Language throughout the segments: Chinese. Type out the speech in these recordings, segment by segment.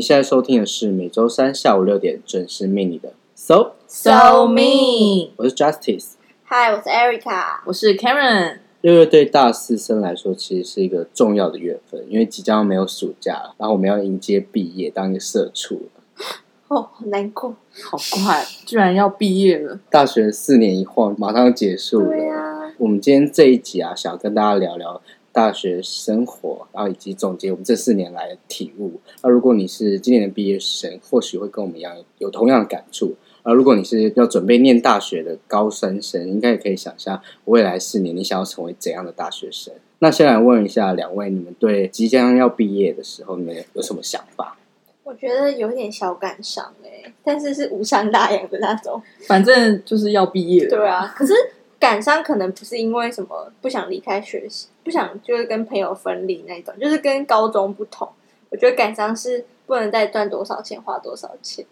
现在收听的是每周三下午六点准时命你的 So， So me，我是 Justice。嗨，我是 Erica。我是 Karen，六月对大四生来说其实是一个重要的月份，因为即将没有暑假了，然后我们要迎接毕业，当一个社畜了。哦，好难过。好快，居然要毕业了。大学四年一晃，马上结束了。对啊，我们今天这一集啊，想跟大家聊聊大学生活，然后以及总结我们这四年来的体悟。那如果你是今年的毕业生，或许会跟我们一样有同样的感触。而如果你是要准备念大学的高三生，应该也可以想象未来四年你想要成为怎样的大学生。那先来问一下两位，你们对即将要毕业的时候，你们有什么想法？我觉得有点小感伤哎、但是是无伤大雅的那种。反正就是要毕业了。对啊，可是感伤可能不是因为什么不想离开学习，不想就是跟朋友分离那种，就是跟高中不同。我觉得感伤是不能再赚多少钱花多少钱，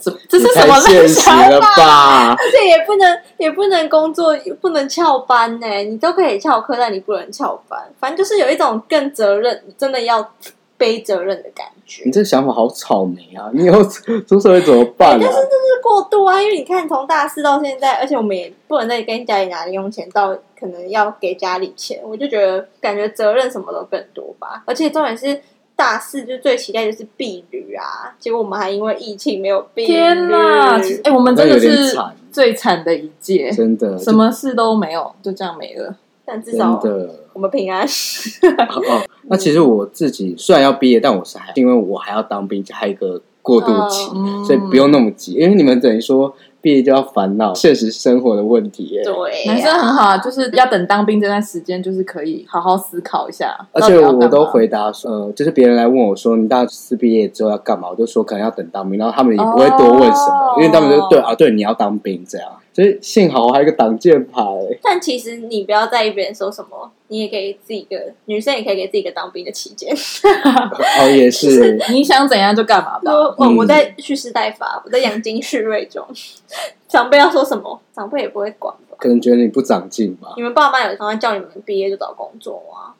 这 这是什么太现烂实啊想了吧？而且也不能也不能工作，也不能翘班呢、你都可以翘课，但你不能翘班。反正就是有一种更责任，真的要背责任的感觉。 你这想法好草莓啊！你以后 出社会怎么办但啊哎是？这就是过度啊，因为你看从大四到现在，而且我们也不能再跟家里拿零用钱，到可能要给家里钱，我就觉得感觉责任什么都更多吧。而且重点是大四就最期待就是避旅啊，结果我们还因为疫情没有避旅。天哪！其实哎、我们真的那有点是惨最惨的一届，真的，什么事都没有，就这样没了。但至真少的。我们平安。哦，那其实我自己虽然要毕业，但我是还因为我还要当兵，还有一个过渡期，嗯，所以不用那么急。因为你们等于说毕业就要烦恼现实生活的问题耶。对、男生很好啊，就是要等当兵这段时间，就是可以好好思考一下。而到底且要干我都嘛回答说，呃，就是别人来问我说你大四毕业之后要干嘛，我就说可能要等当兵，然后他们也不会多问什么，哦因为他们就对啊，对，你要当兵这样。所以幸好我还有一个挡箭牌，但其实你不要在意别人说什么，你也可以自己一个女生也可以给自己一个当兵的期 间。哦，也是，你想怎样就干嘛吧。说哦嗯，我在蓄势待发，我在养精蓄锐中。 长辈要说什么，长辈也不会管吧？可能觉得你不长进吧。你们爸妈有常常叫你们毕业就找工作吗？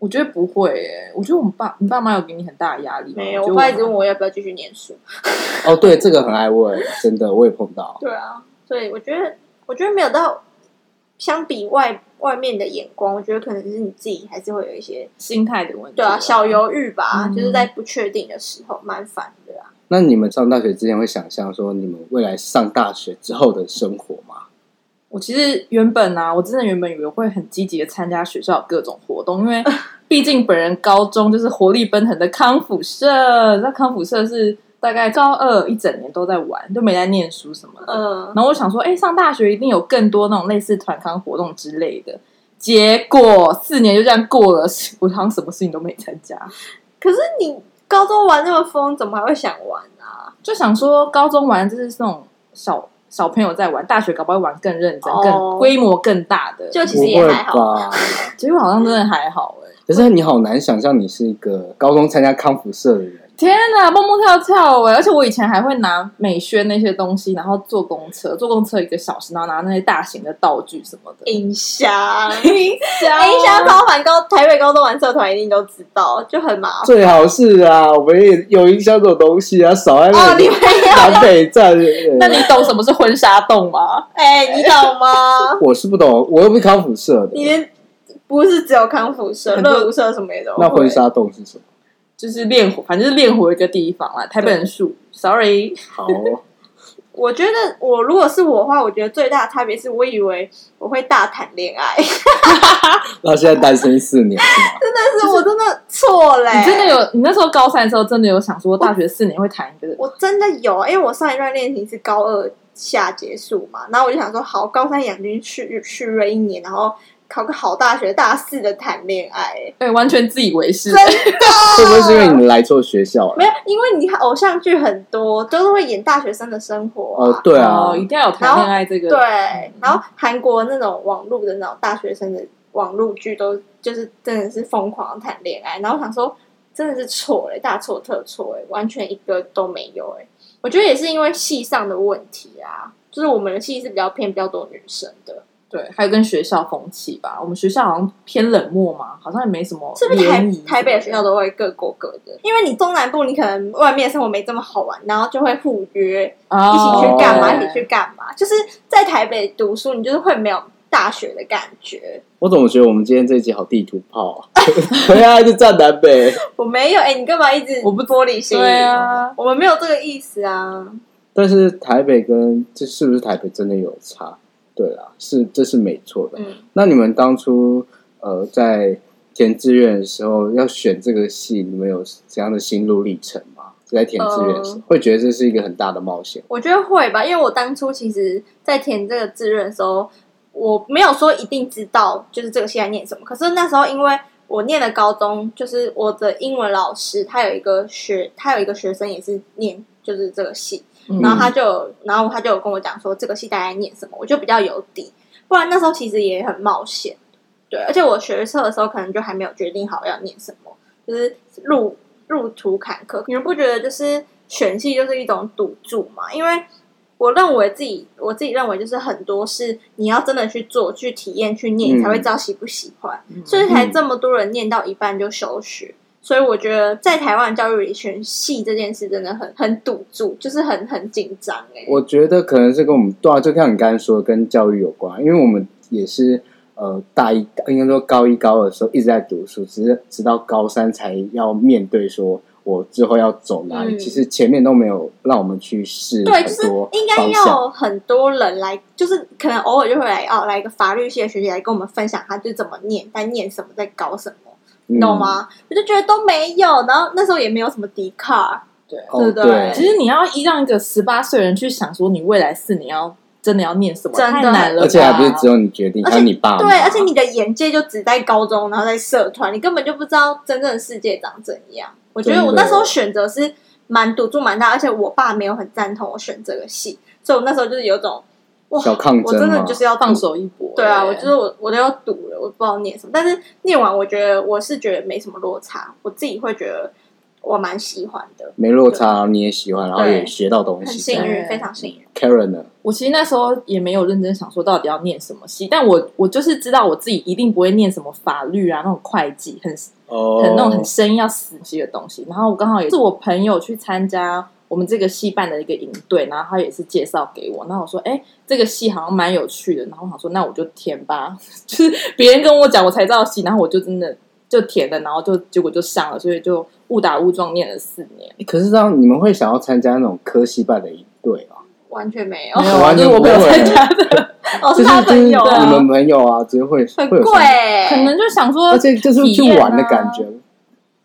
我觉得不会诶、我觉得我们爸你爸妈有给你很大的压力吗没有，我觉我得爸一直问我要不要继续念书。哦，对，这个很爱问，真的，我也碰到。对啊，所以我觉得，我觉得没有到相比外外面的眼光，我觉得可能是你自己还是会有一些心态的问题。对啊小犹豫吧，嗯就是在不确定的时候蛮烦的啊。那你们上大学之前会想象说你们未来上大学之后的生活吗？我其实原本啊，我真的原本以为会很积极的参加学校各种活动，因为 毕竟本人高中就是活力奔腾的康复社，那康复社是大概高二一整年都在玩，就没在念书什么的。嗯，然后我想说，哎，上大学一定有更多那种类似团康活动之类的。结果四年就这样过了， 我好像什么事情都没参加，可是你高中玩那么疯，怎么还会想玩啊？就想说高中玩就是那种小小朋友在玩，大学搞不好会玩更认真、哦更规模更大的。就其不实也会还好。吧？结果好像真的还好哎、可是你好难想象你是一个高中参加康复社的人，天哪，蹦蹦跳跳哎、而且我以前还会拿美宣那些东西，然后坐公车，坐公车一个小时，然后拿那些大型的道具什么 的。音箱，音响哎，想要跑反高台北高中玩社团一定都知道，就很麻烦。最好是啊，我们也有营销这种东西啊，少在哦那，你里们要南北站。对那你懂什么是婚纱洞吗？哎、你懂吗？我是不懂，我又不是康复社你的，连不是只有康复社、很多乐舞社什么也都那会。婚纱洞是什么？ 就是练火，反正就是练火一个地方啦。台本树，sorry，好，我觉得我如果是我的话，我觉得最大的差别是我以为我会大谈恋爱， 那现在单身四年是吗？但是我真的错嘞、你真的有？你那时候高三的时候真的有想说大学四年会谈一个？我真的有，因为我上一段恋情是高二下结束嘛，然后我就想说，好，高三养军蓄蓄锐一年，然后考个好大学，大四的谈恋爱、哎对，完全自以为是。会不会是因为你来错学校啊了？啊没有，因为你看偶像剧很多啊都是会演大学生的生活、啊。哦，对啊哦，，一定要有谈恋爱这个。对，然后韩国那种网络的那种大学生的网络剧都就是真的是疯狂地谈恋爱，然后我想说真的是错了，大错特错哎，完全一个都没有哎。我觉得也是因为系上的问题啊，就是我们的系是比较偏比较多女生的，对，还有跟学校风气吧，我们学校好像偏冷漠嘛，好像也没什么是不是台联谊台北的学校都会各过各的？因为你中南部，你可能外面生活没这么好玩，然后就会互约，一起去干嘛，哦一起去干嘛。就是在台北读书，你就是会没有大学的感觉。我怎么觉得我们今天这一集好地图炮、啊？ 对啊，就站南北。我没有，哎、你干嘛一直我不玻璃心？对，啊，我们没有这个意思啊。但是台北跟这是不是台北真的有差？对啦，是这是没错的。嗯，那你们当初呃在填志愿的时候要选这个系，你们有怎样的心路历程吗？在填志愿时、呃会觉得这是一个很大的冒险。我觉得会吧，因为我当初其实，在填这个志愿的时候，我没有说一定知道就是这个系在念什么。可是那时候，因为我念的高中，就是我的英文老师，他有一个学，他有一个学生也是念就是这个系，嗯然后他就有，然后他就有跟我讲说这个系大概念什么，我就比较有底。不然那时候其实也很冒险，对，而且我学测的时候可能就还没有决定好要念什么，就是路路途坎坷。你们不觉得就是选系就是一种赌注嘛？因为我认为自己，我自己认为就是很多事你要真的去做、去体验、去念，嗯你才会知道喜不喜欢。嗯所以才这么多人念到一半就休学。所以我觉得在台湾教育里选系这件事真的很很赌注，就是很很紧张哎。我觉得可能是跟我们对啊，就像你刚才说的，跟教育有关，因为我们也是呃大一，应该说高一高二的时候一直在读书，直是直到高三才要面对说我之后要走哪里。嗯其实前面都没有让我们去试对，就是很多应该方向。要很多人来，就是可能偶尔就会来哦，来一个法律系的学姐来跟我们分享，她就是怎么念，在念什么，在搞什么，你懂嗯？吗？我就觉得都没有，然后那时候也没有什么迪卡，对哦，对不对其实你要一让一个十八岁人去想说你未来四年要真的要念什么，真的太难了吧，而且还不是只有你决定，而且还有你爸妈。对，而且你的眼界就只在高中，然后在社团，你根本就不知道真正的世界长怎样。我觉得我真的那时候选择是蛮赌注蛮大，而且我爸没有很赞同我选这个系，所以我那时候就是有种哇，小抗我争真的嘛就是要放赌手一搏。对啊，欸我就是我我都要赌了，我不知道念什么，但是念完我觉得我是觉得没什么落差，我自己会觉得我蛮喜欢的，没落差，你也喜欢，然后对也学到东很西。幸运，对非常幸运。 Karen 呢？我其实那时候也没有认真想说到底要念什么系，但我我就是知道我自己一定不会念什么法律啊，那种会计很哦很那种很深要死记的东西。然后我刚好也是我朋友去参加我们这个系办的一个营队，然后他也是介绍给我。然后我说，哎、这个系好像蛮有趣的。然后我想说，那我就填吧。 就是别人跟我讲，我才知道系，然后我就真的就填了，然后就结果就上了，所以就误打误撞念了四年。可是这样，你们会想要参加那种科系办的一队啊？完全没有，没有啊，完就全是我朋友不会参加的， 哦，嗯就是是他就是朋你友啊，们朋友啊，只会很会有贵啊参加，可能就想说而，且就是去玩的感觉，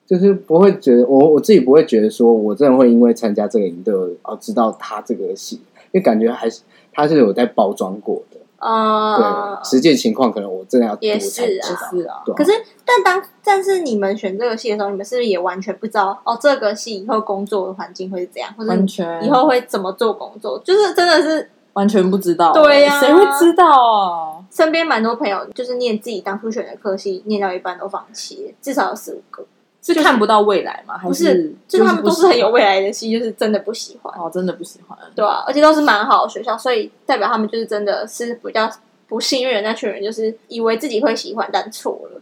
就是不会觉得我我自己不会觉得说我真的会因为参加这个营队而知道他这个戏，因为感觉还是他是有在包装过的。呃对，，实际情况可能我真的要也读才是啊知就道是啊，对啊可是，但当但是你们选这个系的时候，你们是不是也完全不知道哦？这个系以后工作的环境会是怎样，或者完全嗯以后会怎么做工作？就是真的是完全不知道，欸对呀谁会知道啊？身边蛮多朋友，就是念自己当初选的科系，念到一半都放弃，至少有十五个，是看不到未来吗？还不是就是他们都是很有未未来的系，就是真的不喜欢，哦，真的不喜欢。对啊，而且都是蛮好的学校，所以代表他们就是真的是比较不幸运的那群人，就是以为自己会喜欢，但错了。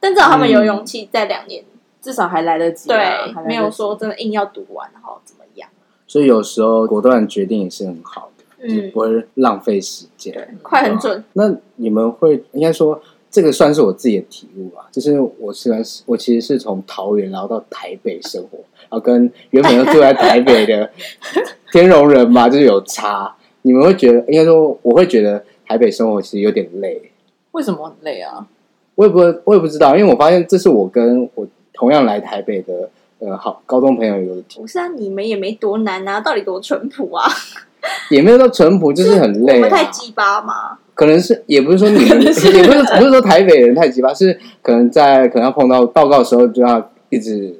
但至少他们有嗯勇气在两年，至少还来得及啊，还来得对，及没有说真的硬要读完，然后怎么样。所以有时候果断的决定也是很好的，就是嗯不会浪费时间。快很准，那你们会应该说，这个算是我自己的体悟吧。就是我虽然是我其实是从桃园然后到台北生活，然后跟原本就住在台北 的天龙人嘛，就是有差。你们会觉得，应该说我会觉得台北生活其实有点累。为什么很累啊？我也不会我也不知道，因为我发现这是我跟我同样来台北的呃好高中朋友有的体不是啊，你们也没多难啊，到底多淳朴啊？也没有到淳朴，就是很累、啊。我们太鸡巴吗？可能是也不是说你们，也不是不是说台北人太鸡巴，是可能在可能要碰到报告的时候就要一直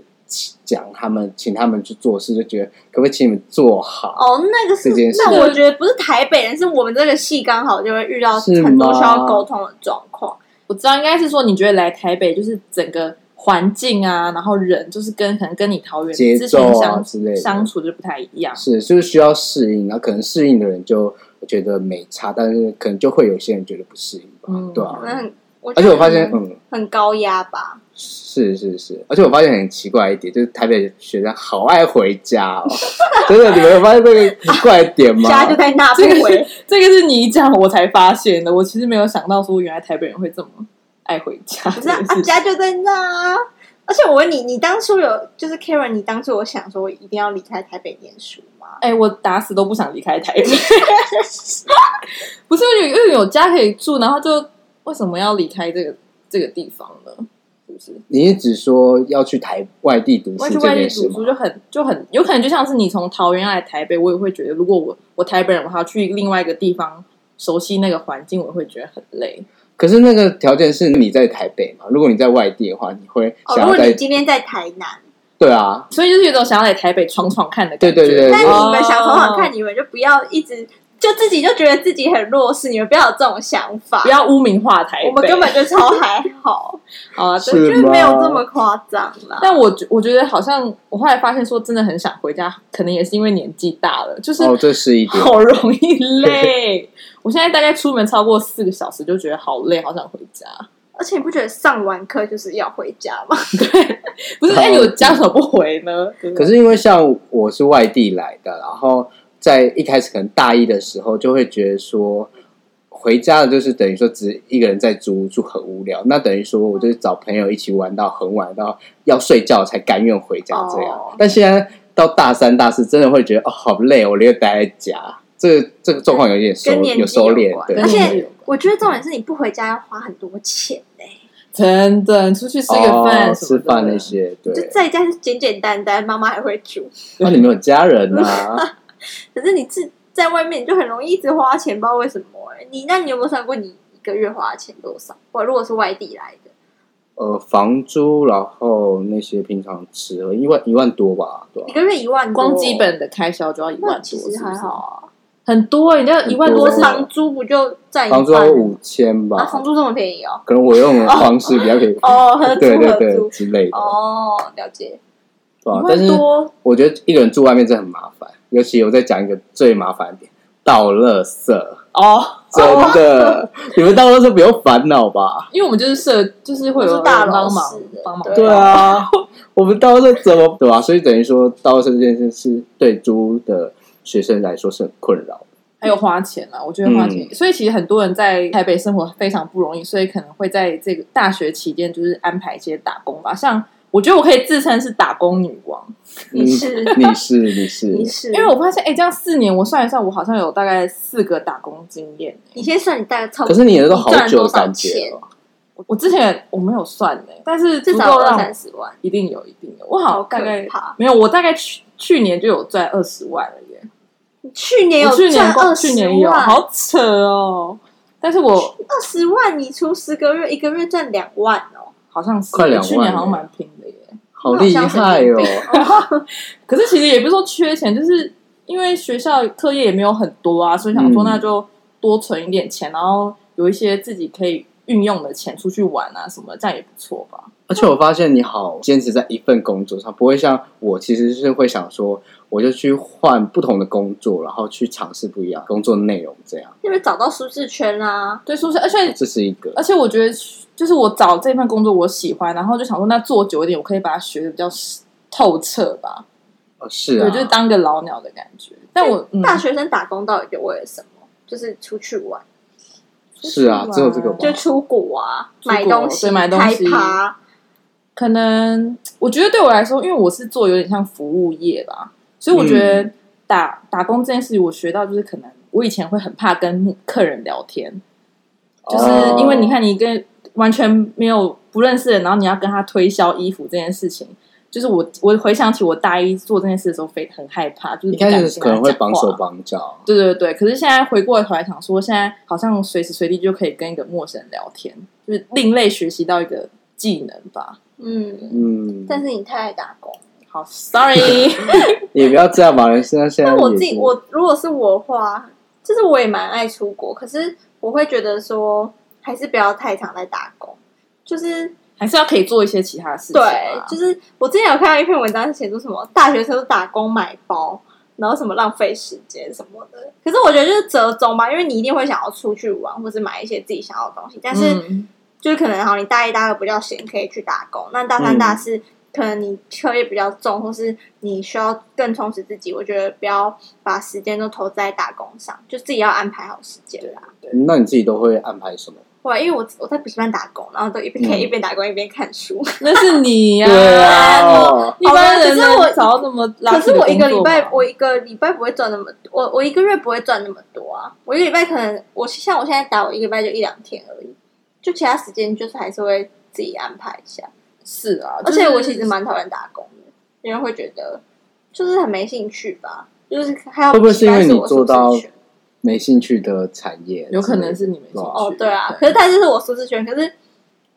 讲他们，请他们去做事，就觉得可不可以请你们做好？哦，那个是这件，事那我觉得不是台北人，是我们这个系刚好就会遇到是吗很多需要沟通的状况。我知道应该是说，你觉得来台北就是整个环境啊，然后人就是跟可能跟你桃园节之奏啊前哦相之类的相处就不太一样。是，就是需要适应，然后可能适应的人就我觉得没差，但是可能就会有些人觉得不适应吧，嗯对可能啊。很，我而觉得且我发现，很嗯，很高压吧，是是是，而且我发现很奇怪一点，就是台北学生好爱回家哦， 真的，你们有发现这个奇怪点吗？ 家就在那不这个回是，这个是你一讲我才发现的，我其实没有想到说原来台北人会这么爱回家不这是啊件事情。，啊家就在那啊。而且我问你，你当初有就是 Karen，你当初有想说我一定要离开台北念书吗？哎、我打死都不想离开台北。不是因为因为有家可以住，然后就为什么要离开这个这个地方呢？是不是？你是指说要去台外地读我书去这外地件事读吗书？就很就很有可能就像是你从桃园要来台北，我也会觉得，如果我我台北人，我还要去另外一个地方熟悉那个环境，我会觉得很累。可是那个条件是你在台北嘛？如果你在外地的话，你会哦，如想要果在、你今天在台南，对啊，所以就是有种想要来台北闯闯看的感觉。对对对对但对你们想好好哦看，你们就不要一直就自己就觉得自己很弱势，你们不要有这种想法。不要污名化台北。我们根本就超还好，好 啊，是就吗是没有这么夸张啦。但我觉我觉得好像我后来发现说，真的很想回家，可能也是因为年纪大了，就是哦，这是一点。 好容易累。 我现在大概出门超过四个小时就觉得好累，好想回家。而且你不觉得上完课就是要回家吗？不是，好哎、有家怎么不回呢？对不可对是因为像我是外地来的，然后在一开始可能大一的时候就会觉得说，回家了就是等于说只一个人在租屋住很无聊，那等于说我就是找朋友一起玩到很晚，到要睡觉才甘愿回家这样。哦但现在到大三、大四，真的会觉得哦好累，我宁愿待在家。这个这个状况有点收跟年纪有收敛有，关对而。跟年纪有且关我觉得重点是你不回家要花很多钱嘞、真的出去吃个饭、哦、吃饭那。些，对。就在家是简简单单，妈妈还会煮。那、你们有家人呐、 啊？可是你自在外面，你就很容易一直花钱，不知道为什么、欸。你那你有没有算过你一个月花钱多少？我如果是外地来的，呃，房租，然后那些平常吃，一万一万多吧，对吧、一个月一万多，光基本的开销就要一那万多，其实是不还是好，啊。很多、欸，你要一万很多多是房租不就占一半房租吗？要五千吧，啊，房租这么便宜哦？可能我用的方式比较便宜，哦，合租嗯对对合对租。之类的，哦，了解。对吧、但一万是多，我觉得一个人住外面真的很麻烦，尤其我再讲一个最麻烦的点，倒垃圾，哦，真 的，你们倒垃圾不用烦恼吧？因为我们就是社，就是会有人我是大帮楼忙市的帮忙，对啊，我们倒垃圾怎么对吧、所以等于说倒垃圾这件事是对租的学生来说是很困扰的。还有花钱啊，我觉得花钱，嗯所以其实很多人在台北生活非常不容易，所以可能会在这个大学期间就是安排一些打工吧。像我觉得我可以自称是打工女王，你是你嗯是你是 你是，因为我发现哎、诶这样四年我算一算，我好像有大概四个打工经验。你先算你大概差可不多，是你的都好赚久多的少感觉钱？哦，我我之前我没有算呢、但是至足少够二让三十万。一定有一定有，我好好像大概可怕没有，我大概去去年就有赚二十万了耶。你去年我有去年赚哦二去十年有，万，好扯哦。但是我二十万你出十个月，一个月赚两万哦。好像是快两万去年好像耶蛮拼的耶。好厉害哦！ 可是其实也不是说缺钱，就是因为学校课业也没有很多啊，所以想说嗯那就多存一点钱，然后有一些自己可以运用的钱出去玩啊什么的，这样也不错吧？ 而且我发现你好坚持在一份工作上，不会像我其实是会想说，我就去换不同的工作，然后去尝试不一样的工作内容，这样因为找到舒适圈啊啦、对，是不是？而且这是一个而且我觉得，就是我找这份工作我喜欢，然后就想说那做久一点，我可以把它学的比较透彻吧，哦是啊对，，就是当个老鸟的感觉。但我、嗯、大学生打工到底就为了什么？就是出去玩，是啊出去玩只有这个吧就出国啊，出国买东西，对买东西开趴，可能我觉得对我来说，因为我是做有点像服务业吧，所以我觉嗯得打、打工这件事情，我学到就是可能我以前会很怕跟客人聊天，就是哦因为你看你跟完全没有不认识的人，然后你要跟他推销衣服这件事情。就是我，我回想起我大一做这件事的时候，非很害怕，就是哦一不敢开始跟可他能会讲绑话手绑脚，对对对，可是现在回过头来想说，现在好像随时随地就可以跟一个陌生人聊天，就是另类学习到一个技能吧。嗯。嗯，但是你太爱打工，好，sorry， 也不要这样吧，人现在现在但我也自是己，我如果是我的话，就是我也蛮爱出国，可是我会觉得说，还是不要太常在打工，就是还是要可以做一些其他事情对啊。，就是我之前有看到一篇文章是写出什么大学生都打工买包，然后什么浪费时间什么的。可是我觉得就是折中吧，因为你一定会想要出去玩，或是买一些自己想要的东西。但是嗯就是可能好，你大一、大二比较闲，可以去打工。那大三、嗯大四、可能你课业比较重，或是你需要更充实自己。我觉得不要把时间都投在打工上，就自己要安排好时间啦。那你自己都会安排什么？哇，因为我我在补习班打工，然后都一边可以嗯一边打工一边看书。那是你呀、啊，一般人能好哦吧可是我找怎么拉可自己是的我一个工礼作拜嘛，我一个礼拜不会赚那么，我我一个月不会赚那么多啊。我一个礼拜可能我像我现在打，我一个礼拜就一两天而已，就其他时间就是还是会自己安排一下。是啊，而就且是我其实蛮讨厌打工的，因为会觉得就是很没兴趣吧，就是还要会不会是因为期待你我做到舒适圈没兴趣的产业，有可能是你没兴趣。哦哦，对啊，可是但是是我舒适圈，可是。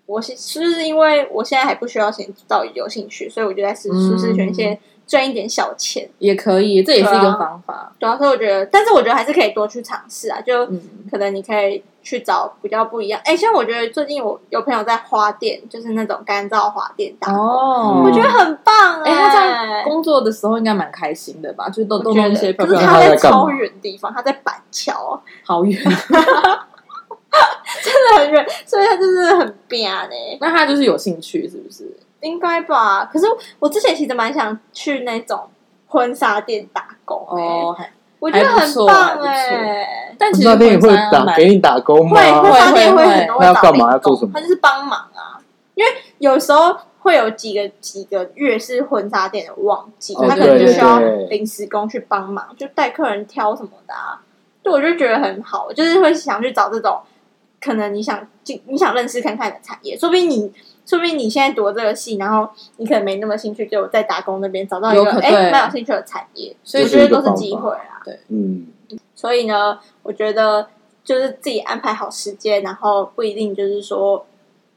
我是就是因为我现在还不需要钱，到底有兴趣，所以我就在舒舒适圈嗯先赚一点小钱，也可以，这也是一对个啊方法。对啊，所以我觉得，但是我觉得还是可以多去尝试啊，就嗯，可能你可以去找比较不一样。哎、像我觉得最近我有朋友在花店，就是那种干燥花店打工，哦，我我觉得很棒哎、哎，他这样工作的时候应该蛮开心的吧？就是都我都觉弄得一些漂可是漂那亮他他在在干嘛超远地方，他在板桥，好远。真的很远，所以他就是很变呢、那他就是有兴趣，是不是？应该吧？可是我之前其实蛮想去那种婚纱店打工、哎，哦，还我觉得还不很错啊棒还不错哎、但其实那边也会婚纱打蛮给你打工吗？会会商店会会很多那会要找干嘛零要做工什么他就是帮忙啊，因为有时候会有几个几个月是婚纱店的旺季，哦他可能就对需要对临时工去帮忙，就带客人挑什么的啊。对，我就觉得很好，就是会想去找这种可能你想进你想认识看看的产业，说不定你。说不定你现在读这个系，然后你可能没那么兴趣，就在打工那边找到一有个可哎对蛮有兴趣的产业，所以我这觉是一得个都是方机法会啊。嗯，所以呢，我觉得就是自己安排好时间，然后不一定就是说，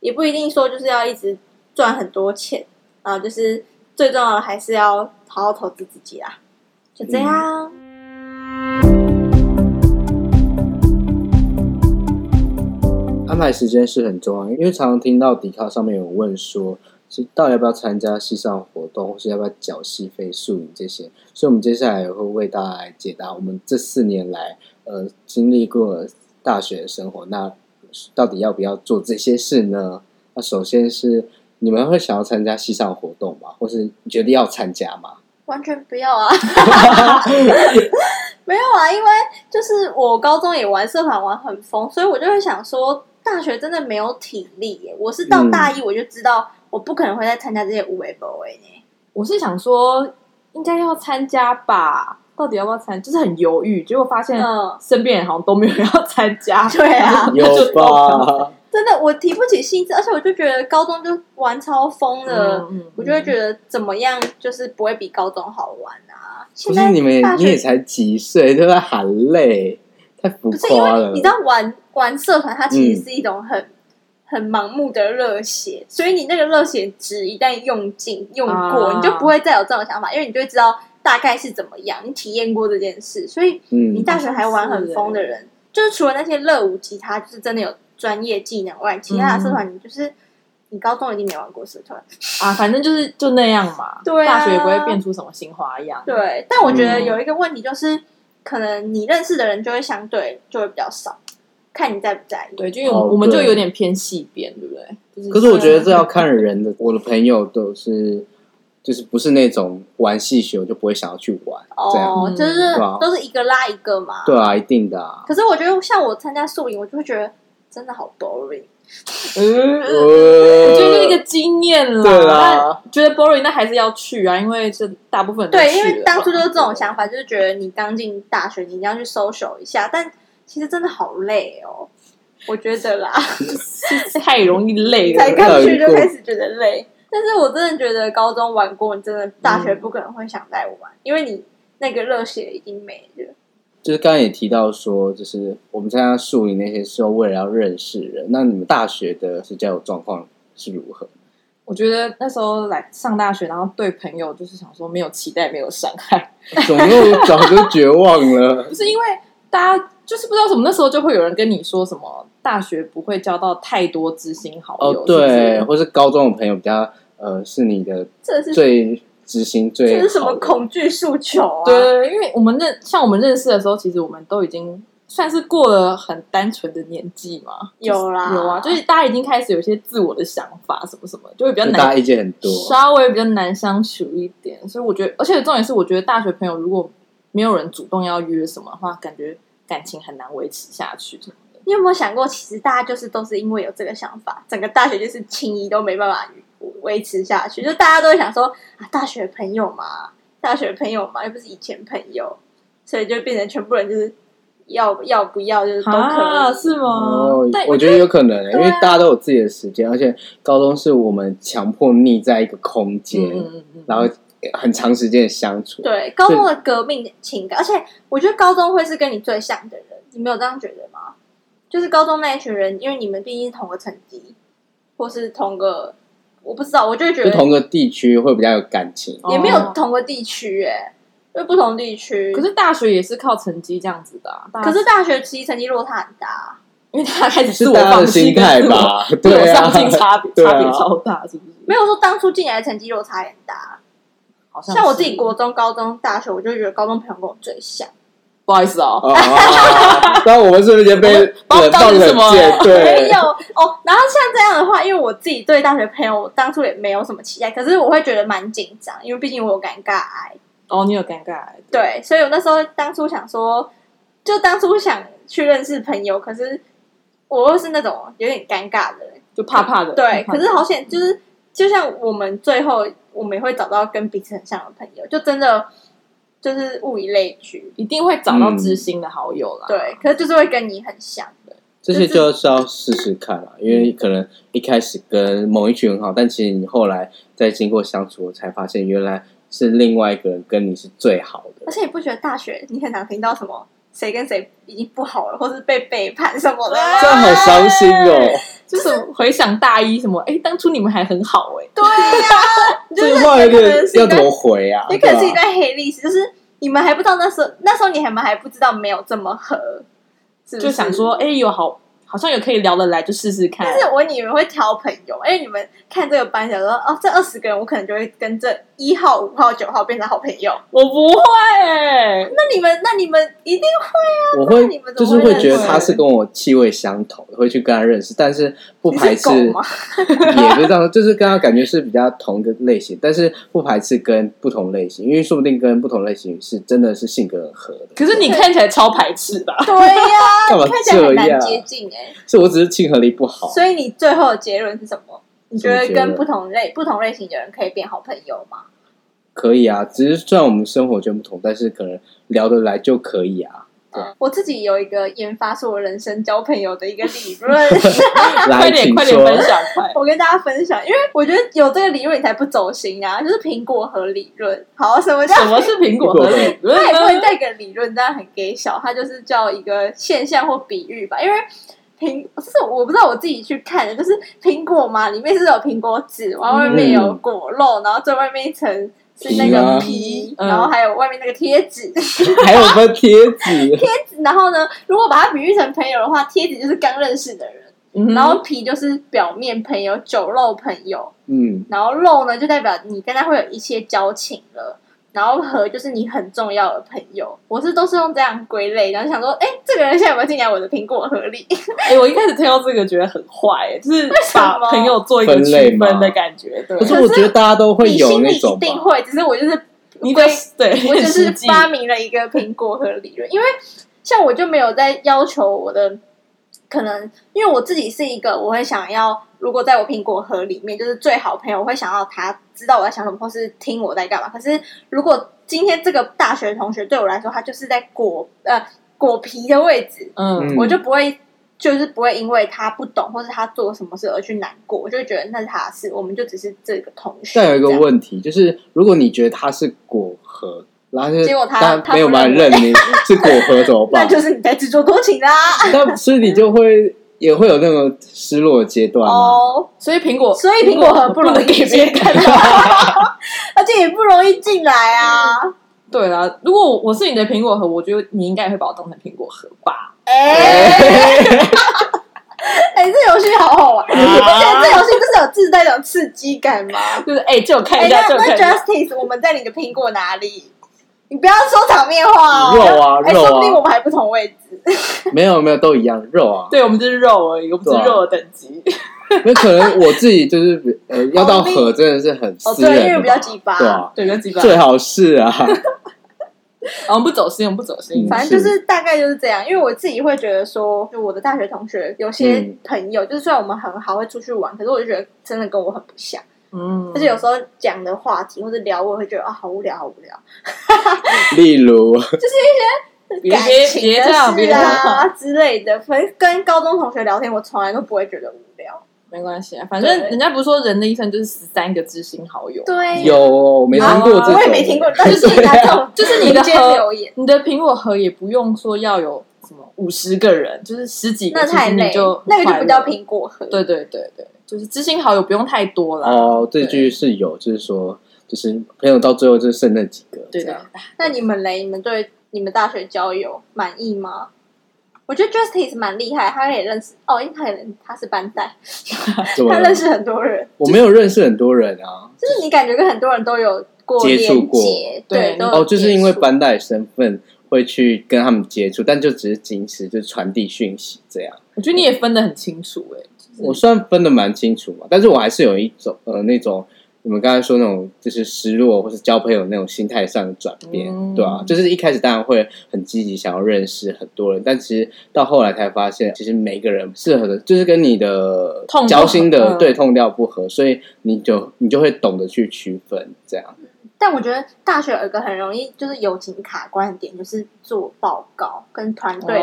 也不一定说就是要一直赚很多钱啊，就是最重要的还是要好好投资自己啦。就这样，安排时间是很重要，因为常常听到迪卡上面有问说，是到底要不要参加系上活动，或是要不要缴戏费、宿营这些，所以我们接下来也会为大家来解答我们这四年来呃经历过大学生活，那呃到底要不要做这些事呢？那首先是你们会想要参加系上活动吗？或是你决定要参加吗？完全不 要啊，没有啊，因为就是我高中也玩社团玩很疯，所以我就会想说，大学真的没有体力耶。我是到嗯大一我就知道，我不可能会再参加这些无为不为呢。我是想说，应该要参加吧？到底要不要参？就是很犹豫，结果发现嗯，身边人好像都没有人要参加。 对啊，有就都吧？真的，我提不起兴致，而且我就觉得高中就玩超疯了，嗯我就会觉得怎么样就是不会比高中好玩啊。不现在是你们也大你也学才几岁，就在喊累，太浮不是因夸为了。你知道玩玩社团，它其嗯实是一种很、很盲目的热血，所以你那个热血值一旦用尽用过，啊你就不会再有这种想法，因为你就会知道大概是怎么样，你体验过这件事，所以嗯，你大学还玩很疯的欸人，就是除了那些热舞、吉他，就是真的有专业技能外，其他的社团你就是你高中一定没玩过社团。啊，反正就是就那样嘛。嗯对啊大学也不会变出什么新花样。对，但我觉得嗯有一个问题就是，可能你认识的人就会相对就会比较少，看你在不在意。对，就有、哦我们就对有点偏细边，对不对？就是可是我觉啊得这要看人的。我的朋友都是，就是不是那种玩戏学，我就不会想要去玩这样。哦，嗯就是对啊都是一个拉一个嘛。对啊，一定的啊。可是我觉得像我参加宿营，我就会觉得真的好 boring。嗯，呃 我觉得就是一个经验啦。对啦，但觉得 boring，那还是要去啊，因为这大部分人都对，去因为啊了当初就是这嗯种想法，就是觉得你刚进大学，你一定要去 social 一下，但其实真的好累哦，我觉得 啦，太容易累了。才看刚去就开始觉得累。但是我真的觉得高中玩过，你真的大嗯学不可能会想再玩，因为你那个热血已经没了。就是刚刚也提到说，就是我们参加宿营那些时候，为了要认识人。那你们大学的社交状况是如何？我觉得那时候来上大学，然后对朋友就是想说没有期待，没有伤害，总又早就绝望了 不。是因为大家就是不知道怎么那时候就会有人跟你说什么大学不会交到太多知心好友，哦，是不对，是或是高中的朋友比较呃，是你的这是最执行最这是什好么的恐惧诉求啊？对对对，因为我们认像我们认识的时候，其实我们都已经算是过了很单纯的年纪嘛，有啦，有啊，就是大家已经开始有一些自我的想法，什么什么，就会比较就难大家意见很多，稍微比较难相处一点，所以我觉得，而且重点是，我觉得大学朋友如果没有人主动要约什么的话，感觉感情很难维持下去什么的。你有没有想过，其实大家就是都是因为有这个想法，整个大学就是情谊都没办法维持下去，就大家都会想说啊，大学朋友嘛，大学朋友嘛，又不是以前朋友，所以就变成全部人就是要要不要就是都可以。啊，是吗哦？但，我觉得有可能、欸，因对啊为大家都有自己的时间，而且高中是我们强迫腻在一个空间，嗯嗯嗯，然后很长时间的相处。对，高中的革命情感，而且我觉得高中会是跟你最像的人，你没有这样觉得吗？就是高中那一群人，因为你们毕竟是同个层级，或是同个，我不知道，我就会觉就得同个地区会比较有感情，哦也没有同个地区、哎、就不同地区。可是大学也是靠成绩这样子的、啊，大家可是大学其实成绩落差很大，因为大家开始是自我大家放的弃心态跟自我吧？自我 对啊上，进差别对啊差别超大，是不是？没有说当初进来的成绩落差也很大。好像像我自己是国中、高中、大学，我就觉得高中朋友跟我最像。不好意思 哦，哦，那我们是不是已经被我们把我们冷当冻成什么冷箭？没对有，哦，然后像这样的话，因为我自己对大学朋友，我当初也没有什么期待，可是我会觉得蛮紧张，因为毕竟我有尴尬癌，哦，你有尴尬癌，对，所以我那时候当初想说，就当初想去认识朋友，可是我又是那种有点尴尬的人，就怕怕的，对，怕怕可的是好险，就是就像我们最后我们也会找到跟彼此很像的朋友，就真的就是物以类聚，一定会找到嗯知心的好友啦，对，可是就是会跟你很像的，这些就是要试试看啊，因为可能一开始跟某一群很好，但其实你后来再经过相处，我才发现原来是另外一个人跟你是最好而的。且你不觉得大学你很常听到什么谁跟谁已经不好了，或是被背叛什么的吗？这样好伤心哦！就是回想大一什么，哎，当初你们还很好哎， 对呀、 你就这是话有你可点能是要一怎段么，回啊？你可对能吧是一段黑历史，就是你们还不知道那时候，那时候你们还不知道没有这么合，是不是就想说，。哎，有好好像有可以聊得来，就试试看但。是我你们会挑朋友，因为你们看这个班，想说哦，这二十个人，我可能就会跟这一号、五号、九号变成好朋友。我不会哎，那你们，那你们一定我那会你们怎就么是会会认觉得识他是跟我气味相投，会去跟他认识，但是不你排是斥，狗吗？ 也不知道，就是跟他感觉是比较同一个类型，但是不排斥跟不同类型，因为说不定跟不同类型是真的是性格很合的。可是你看起来超排斥吧？对 呀、干嘛看起来这很难样？接近哎、是我只是亲和力不好，所以你最后的结论是什么？你觉得什么结论跟不同类、不同类型的人可以变好朋友吗？可以啊。只是虽然我们生活圈不同，但是可能聊得来就可以啊。 对嗯我自己有一个研发是我人生交朋友的一个理论， 快来，点请快点说。分享， 快！我跟大家分享，因为我觉得有这个理论你才不走心啊，就是苹果核理论。好，什么叫什么是苹果和理论它也不会呢？带个理论，但很给小，它就是叫一个现象或比喻吧。因为苹，是我不知道我自己去看的，就是苹果嘛，里面是有苹果籽，然后外面有果肉，然后最外面一层是那个皮皮，啊嗯然后还有外面那个贴纸。 还有分贴纸，然后呢，如果把它比喻成朋友的话，贴纸就是刚认识的人，嗯然后皮就是表面朋友、酒肉朋友，嗯，然后肉呢，就代表你跟他会有一些交情了。然后和就是你很重要的朋友，我是都是用这样归类，然后想说，哎，这个人现在有没有进来我的苹果盒里？哎，我一开始听到这个觉得很坏，就是什把么朋友做一个分区类分吗的感觉。对可，是可是我觉得大家都会你有心里那种一吧定，会，只是我就是你归对，对，我就是实际发明了一个苹果核理论，因为像我就没有在要求我的，可能因为我自己是一个，我会想要，如果在我苹果盒里面，就是最好朋友，我会想要他知道我在想什么，或是听我在干嘛。可是如果今天这个大学同学对我来说，他就是在果呃果皮的位置，嗯嗯我就不会。就是不会因为他不懂或是他做什么事而去难过，我就会觉得那是他的事，我们就只是这个同学。但有一个这样问题，就是如果你觉得它是果核，然后是结果它但它没有不办法认认明是果核怎么 那办？就是你在自作多情啦、 但所以你就会也会有那种失落的阶段啊。哦所以苹果，所以苹果核不不容能易给别接人看到，而且也不容易进来啊。 对啦，如果我是你的苹果核，我觉得你应该也会把我当成苹果核吧？ 哎、哎、这游戏好好玩！啊而且这游戏就是有是那种刺激感吗？就是哎、借我看哎，一下，那借我那看一下。 Justice，我们在你的苹果哪里？你不要说场面话哦。肉啊哎，肉说不定我啊，们还不同位置。没有没有都一样肉啊，对，我们就是肉而已，我们就是肉的等级。因为可能我自己就是呃要到河真的是很哦，私人对，的嘛，因为比较鸡巴。对啊，对，跟几百，最好是啊， 啊我们不走心，我们不走心嗯。反正就是大概就是这样，因为我自己会觉得说，就我的大学同学有些嗯朋友，就是虽然我们很好，会出去玩，可是我就觉得真的跟我很不像，嗯，而且有时候讲的话题或者聊，我会觉得啊，好无聊，好无聊，例如别感别情别的这样，别事这啊样，之类的。反正跟高中同学聊天，我从来都不会觉得无聊。没关系啊。反正对人家不是说人的一生就是十三个知心好友，对，有哦，我没听过这啊种，我也没听过，但是你拿这种就是你的民间和留言，你的苹果核也不用说要有什么五十个人，就是十几个，那太其实累你就，那个就不叫平。苹果核。对对对对，就是知心好友不用太多啦。哦，这句是有，就是说，就是朋友到最后就剩那几个，对这的样，那你们嘞？你们对你们大学交友满意吗？我觉得 Justice 蛮厉害，他也认识哦，因为他也他是班代，怎么 他了认识很多人，我没有认识很多人啊，就是你感觉跟很多人都有过接触连过接，对对，都有哦，就是因为接触班代身份会去跟他们接触，但就只是仅此就传递讯息这样。我觉得你也分得很清楚哎、就是我算分的蛮清楚嘛，但是我还是有一种呃那种你们刚才说那种就是失落或是交朋友那种心态上的转变，哦嗯对啊，就是一开始当然会很积极想要认识很多人，但其实到后来才发现，其实每一个人适合的就是跟你的痛不合交心的嗯对痛调不合，所以你就你就会懂得去区分这样。但我觉得大学有一个很容易就是友情卡关的点，就是做报告跟团队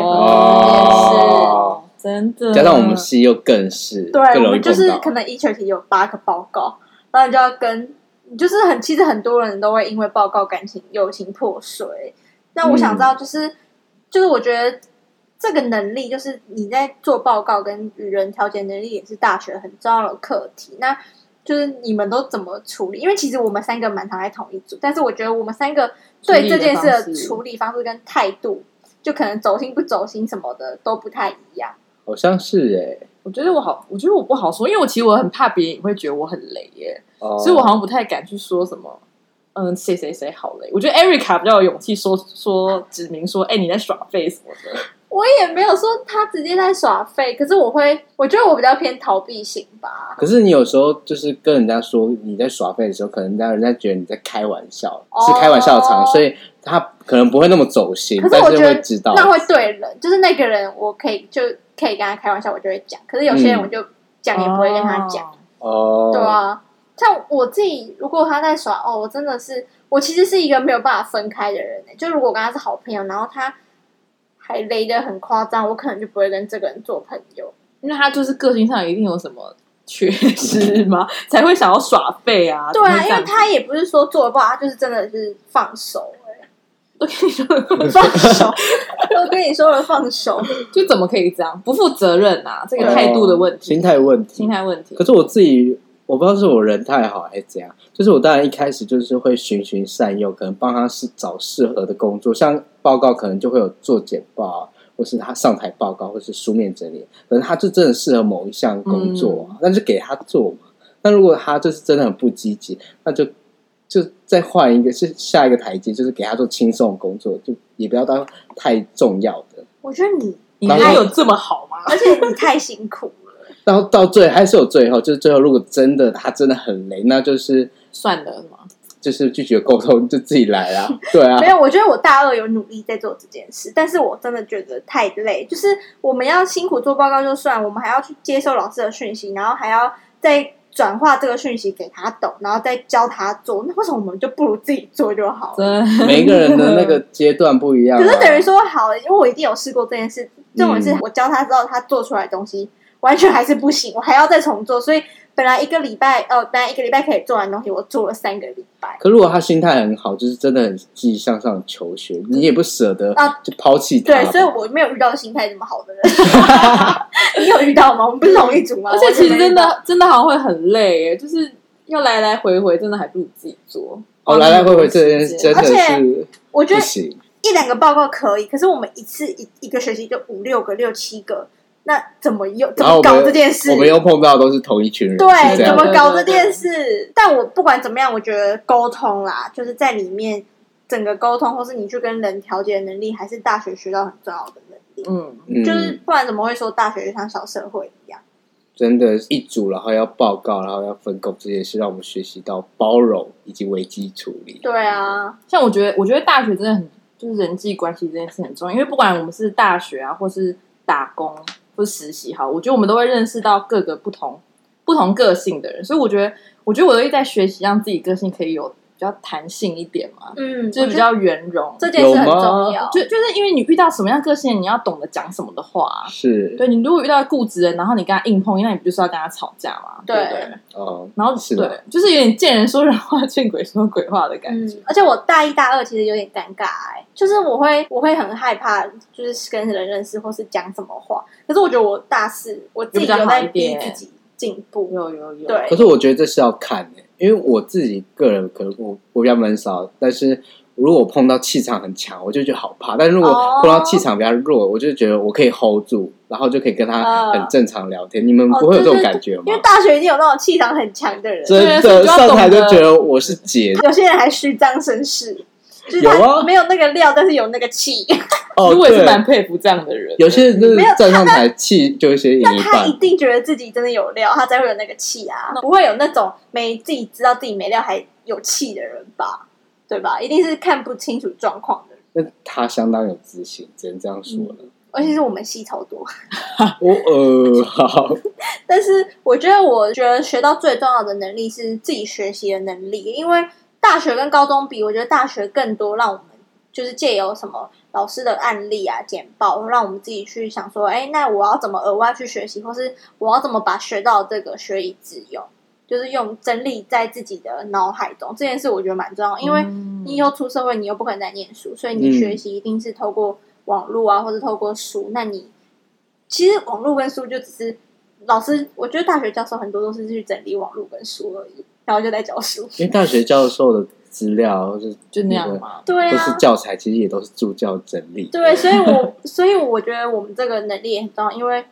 哦合作哦，真的。加上我们系又更是这件嗯事。对，更容我易们就碰是到可能一学期有八个报告，然后你就要跟，就是很其实很多人都会因为报告感情友情破碎。那我想知嗯道，就是、就是我觉得这个能力，就是你在做报告跟与人调节能力，也是大学很重要的课题。那就是你们都怎么处理？因为其实我们三个蛮常在同一组，但是我觉得我们三个对这件事的处理方式跟态度，就可能走心不走心什么的都不太一样。好像是哎、我觉得我好，我觉得我不好说，因为我其实我很怕别人也会觉得我很雷耶、哦所以我好像不太敢去说什么。嗯，谁谁谁好雷？我觉得 Erica 比较有勇气说说指明说，哎、你在耍废什么的。我也没有说他直接在耍废，可是我会，我觉得我比较偏逃避型吧。可是你有时候就是跟人家说你在耍废的时候，可能人家人家觉得你在开玩笑，哦是开玩笑的场合，所以他可能不会那么走心，可是但我是觉得会知道。那会对人，就是那个人，我可以就可以跟他开玩笑，我就会讲。可是有些人嗯我就讲也不会跟他讲。哦哦，对啊，像我自己，如果他在耍哦，我真的是，我其实是一个没有办法分开的人、欸。就如果我跟他是好朋友，然后他还雷的很夸张，我可能就不会跟这个人做朋友。因为他就是个性上一定有什么缺失嘛， 才会想要耍废啊。对才会啊，这因为样他也不是说做不好，他就是真的是放手、欸，我跟你说， 放手，都跟你说了放手。就怎么可以这样不负责任啊？这个态度的问题，心态问题，心态问题可。是我自己，我不知道是我人太好还是怎样，就是我当然一开始就是会循循善诱，可能帮他是找适合的工作，像报告可能就会有做简报啊，或是他上台报告，或是书面整理，可能他就真的适合某一项工作啊，那就给他做嘛。那如果他就是真的很不积极，那就就再换一个，是下一个台阶，就是给他做轻松的工作，就也不要当太重要的。我觉得你，你还有这么好吗？而且你太辛苦了。到到最还是有最后，就是最后如果真的他真的很雷，那就是算了嘛，就是拒绝沟通，就自己来 啊。对啊没，有，我觉得我大二有努力在做这件事，但是我真的觉得太累。就是我们要辛苦做报告就算，我们还要去接受老师的讯息，然后还要再转化这个讯息给他懂，然后再教他做。那为什么我们就不如自己做就好了？真每一个人的那个阶段不一样、啊。可是等于说好，因为我一定有试过这件事，这种是嗯我教他之后，他做出来的东西完全还是不行，我还要再重做。所以本来一个礼拜，呃，本来一个礼拜可以做完的东西，我做了三个礼拜。可如果他心态很好，就是真的很积极向上求学，你也不舍得啊就抛弃他吧。对，所以我没有遇到心态这么 好的人。你有遇到吗？我们不是同一组吗？ 而且其实真我的真的好像会很累耶，就是要来来回回，真的还不如自己做。哦，来来回回这件事真真的而且是我觉不得行。一两个报告可以，可是我们一次一一个学期就五六个、六七个，那怎么又怎然后么我们搞这件事我？们又碰到的都是同一群人，是这对，样怎的么搞这件事？但我不管怎么样，我觉得沟通啦，就是在里面整个沟通，或是你去跟人调节的能力，还是大学学到很重要的能力。嗯，嗯就是不然怎么会说大学就像小社会一样？真的，一组然后要报告，然后要分工，这也是让我们学习到包容以及危机处理。对啊，像我觉得，我觉得大学真的很就是人际关系这件事很重要，因为不管我们是大学啊，或是打工或是实习，好，我觉得我们都会认识到各个不同不同个性的人，所以我觉得，我觉得我都一直在学习，让自己个性可以有比较弹性一点嘛，嗯，就是比较圆融。这件事很有吗重要。就就是因为你遇到什么样个性，你要懂得讲什么的话啊、是，对你如果遇到固执人，然后你跟他硬碰，那你不就是要跟他吵架嘛？对不对对。哦，然后是的对，就是有点见人说人话，见鬼说鬼话的感觉。嗯，而且我大一大二其实有点尴尬哎、就是我会我会很害怕，就是跟人认识或是讲什么话。可是我觉得我大四我自己有比较有好在一逼点自己进步，有有有，嗯对可是我觉得这是要看的、因为我自己个人可能我我比较闷骚，但是如果我碰到气场很强，我就觉得好怕；但如果哦碰到气场比较弱，我就觉得我可以 hold 住，然后就可以跟他啊嗯很正常聊天。你们不会哦有这种感觉吗？因为大学一定有那种气场很强的人，真对所以的就要上台懂就得觉得我是姐有些人还虚张声势，就是有他啊没有那个料，但是有那个气。哦，其实我也是对，蛮佩服这样的人。有些人就是没有站上台气就会先赢一他一半，定觉得自己真的有料，他才会有那个气啊，不会有那种没自己知道自己没料还有气的人吧？对吧？一定是看不清楚状况的人，那他相当有自信，只能这样说嗯了。而且是我们戏超多。我呃， 好，但是我觉得，我觉得学到最重要的能力是自己学习的能力，因为大学跟高中比，我觉得大学更多让我们就是借由什么老师的案例啊、简报，让我们自己去想说，哎，那我要怎么额外去学习，或是我要怎么把学到的这个学以致用，就是用整理在自己的脑海中，这件事我觉得蛮重要，因为嗯你以后出社会，你又不可能再念书，所以嗯你学习一定是透过网络啊，或者透过书。那你其实网络跟书就只是老师，我觉得大学教授很多都是去整理网络跟书而已，然后就在教书。因为大学教授的资料或是就那样个嘛。对或是啊，教材，其实也都是助教整理。 对，所以我所以我觉得我们这个能力也很重要，因为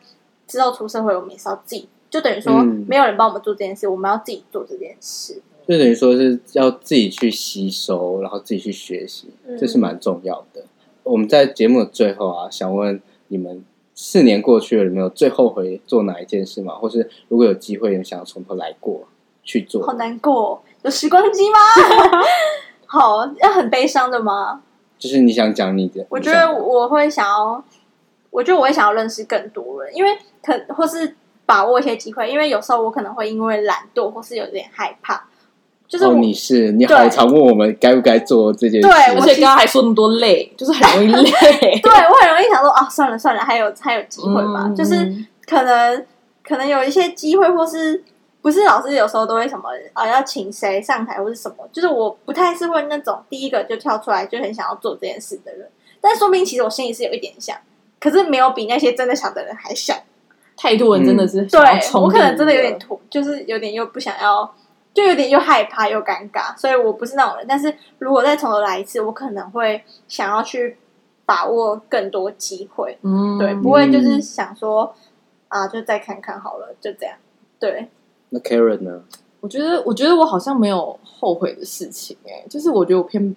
之后出社会，我们也是要自己，就等于说嗯没有人帮我们做这件事，我们要自己做这件事。就等于说是要自己去吸收，然后自己去学习，嗯这是蛮重要的。我们在节目的最后啊，想问你们四年过去了，你们有最后悔做哪一件事吗？或是如果有机会，你们想从头来过去做？好难过、哦，有时光机吗？ 好，要很悲伤的吗？就是你想讲你的，我你觉想得我会想要，我觉得我会想要认识更多人，因为可或是把握一些机会，因为有时候我可能会因为懒惰或是有点害怕，就是我、哦，你是你好对常问我们该不该做这件事，对而我且刚刚还说那么多累，就是很容易 累。对我很容易想说啊，算了算了，还有还有机会吧，嗯就是可能可能有一些机会，或是不是老师有时候都会什么啊要请谁上台或是什么，就是我不太是会那种第一个就跳出来就很想要做这件事的人，但说明其实我心里是有一点想，可是没有比那些真的想的人还想。太多人真的是想要对冲我可能力真的有点突，就是有点又不想要，就有点又害怕又尴尬，所以我不是那种人。但是如果再从头来一次，我可能会想要去把握更多机会，嗯，对，不会就是想说啊，就再看看好了，就这样。对，那 Karen 呢？我觉得，我觉得我好像没有后悔的事情、欸，就是我觉得我偏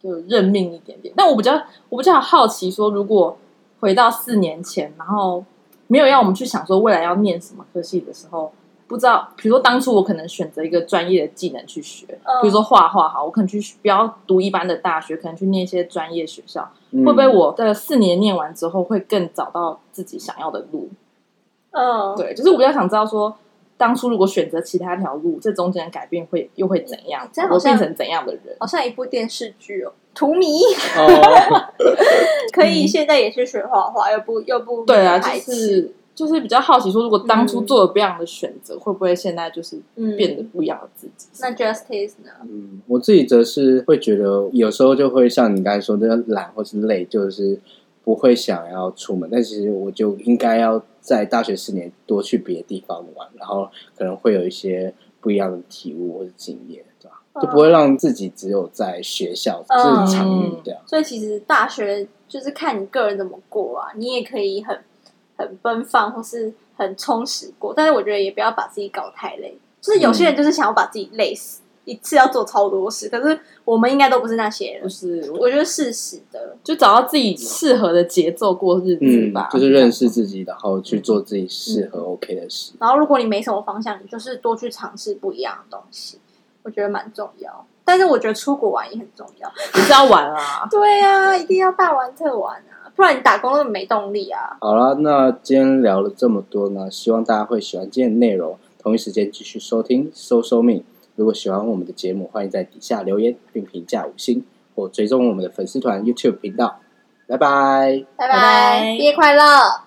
就认命一点点。但我比较，我比较好奇说，如果回到四年前，然后没有让我们去想说未来要念什么科系的时候，不知道，比如说当初我可能选择一个专业的技能去学，嗯比如说画画好，我可能去不要读一般的大学，可能去念一些专业学校，会会不会我在四年念完之后，会更找到自己想要的路？嗯，对，就是我比较想知道说，当初如果选择其他条路，这中间的改变会又会怎样？这样好我变像哦成怎样的人？好像一部电视剧哦，《荼蘼》 哦，可以嗯现在也是学画画，又不又不对啊，就排斥是就是比较好奇说，如果当初嗯做了不一样的选择，会不会现在就是嗯变得不一样的自己？那 Justice 呢？嗯，我自己则是会觉得，有时候就会像你刚才说的懒或是累，就是不会想要出门。但其实我就应该要在大学四年多去别的地方玩，然后可能会有一些不一样的体悟或者经验，对吧？就不会让自己只有在学校嗯这是常遇这样。所以其实大学就是看你个人怎么过啊，你也可以很很奔放或是很充实过，但是我觉得也不要把自己搞太累。就是有些人就是想要把自己累死，一次要做超多事，可是我们应该都不是那些就人。是我我觉得适时的，就找到自己适合的节奏过日子嗯吧，，就是认识自己，然后去做自己适合 OK 的事。然后如果你没什么方向，你就是多去尝试不一样的东西，我觉得蛮重要。但是我觉得出国玩也很重要。你是要玩啊，对啊，一定要大玩特玩啊，不然你打工都没动力啊。好啦，那今天聊了这么多呢，希望大家会喜欢今天的内容。同一时间继续收听《搜搜命》。如果喜欢我们的节目，欢迎在底下留言并评价五星，或追踪我们的粉丝团 YouTube 频道。拜拜。拜拜拜拜，毕业快乐！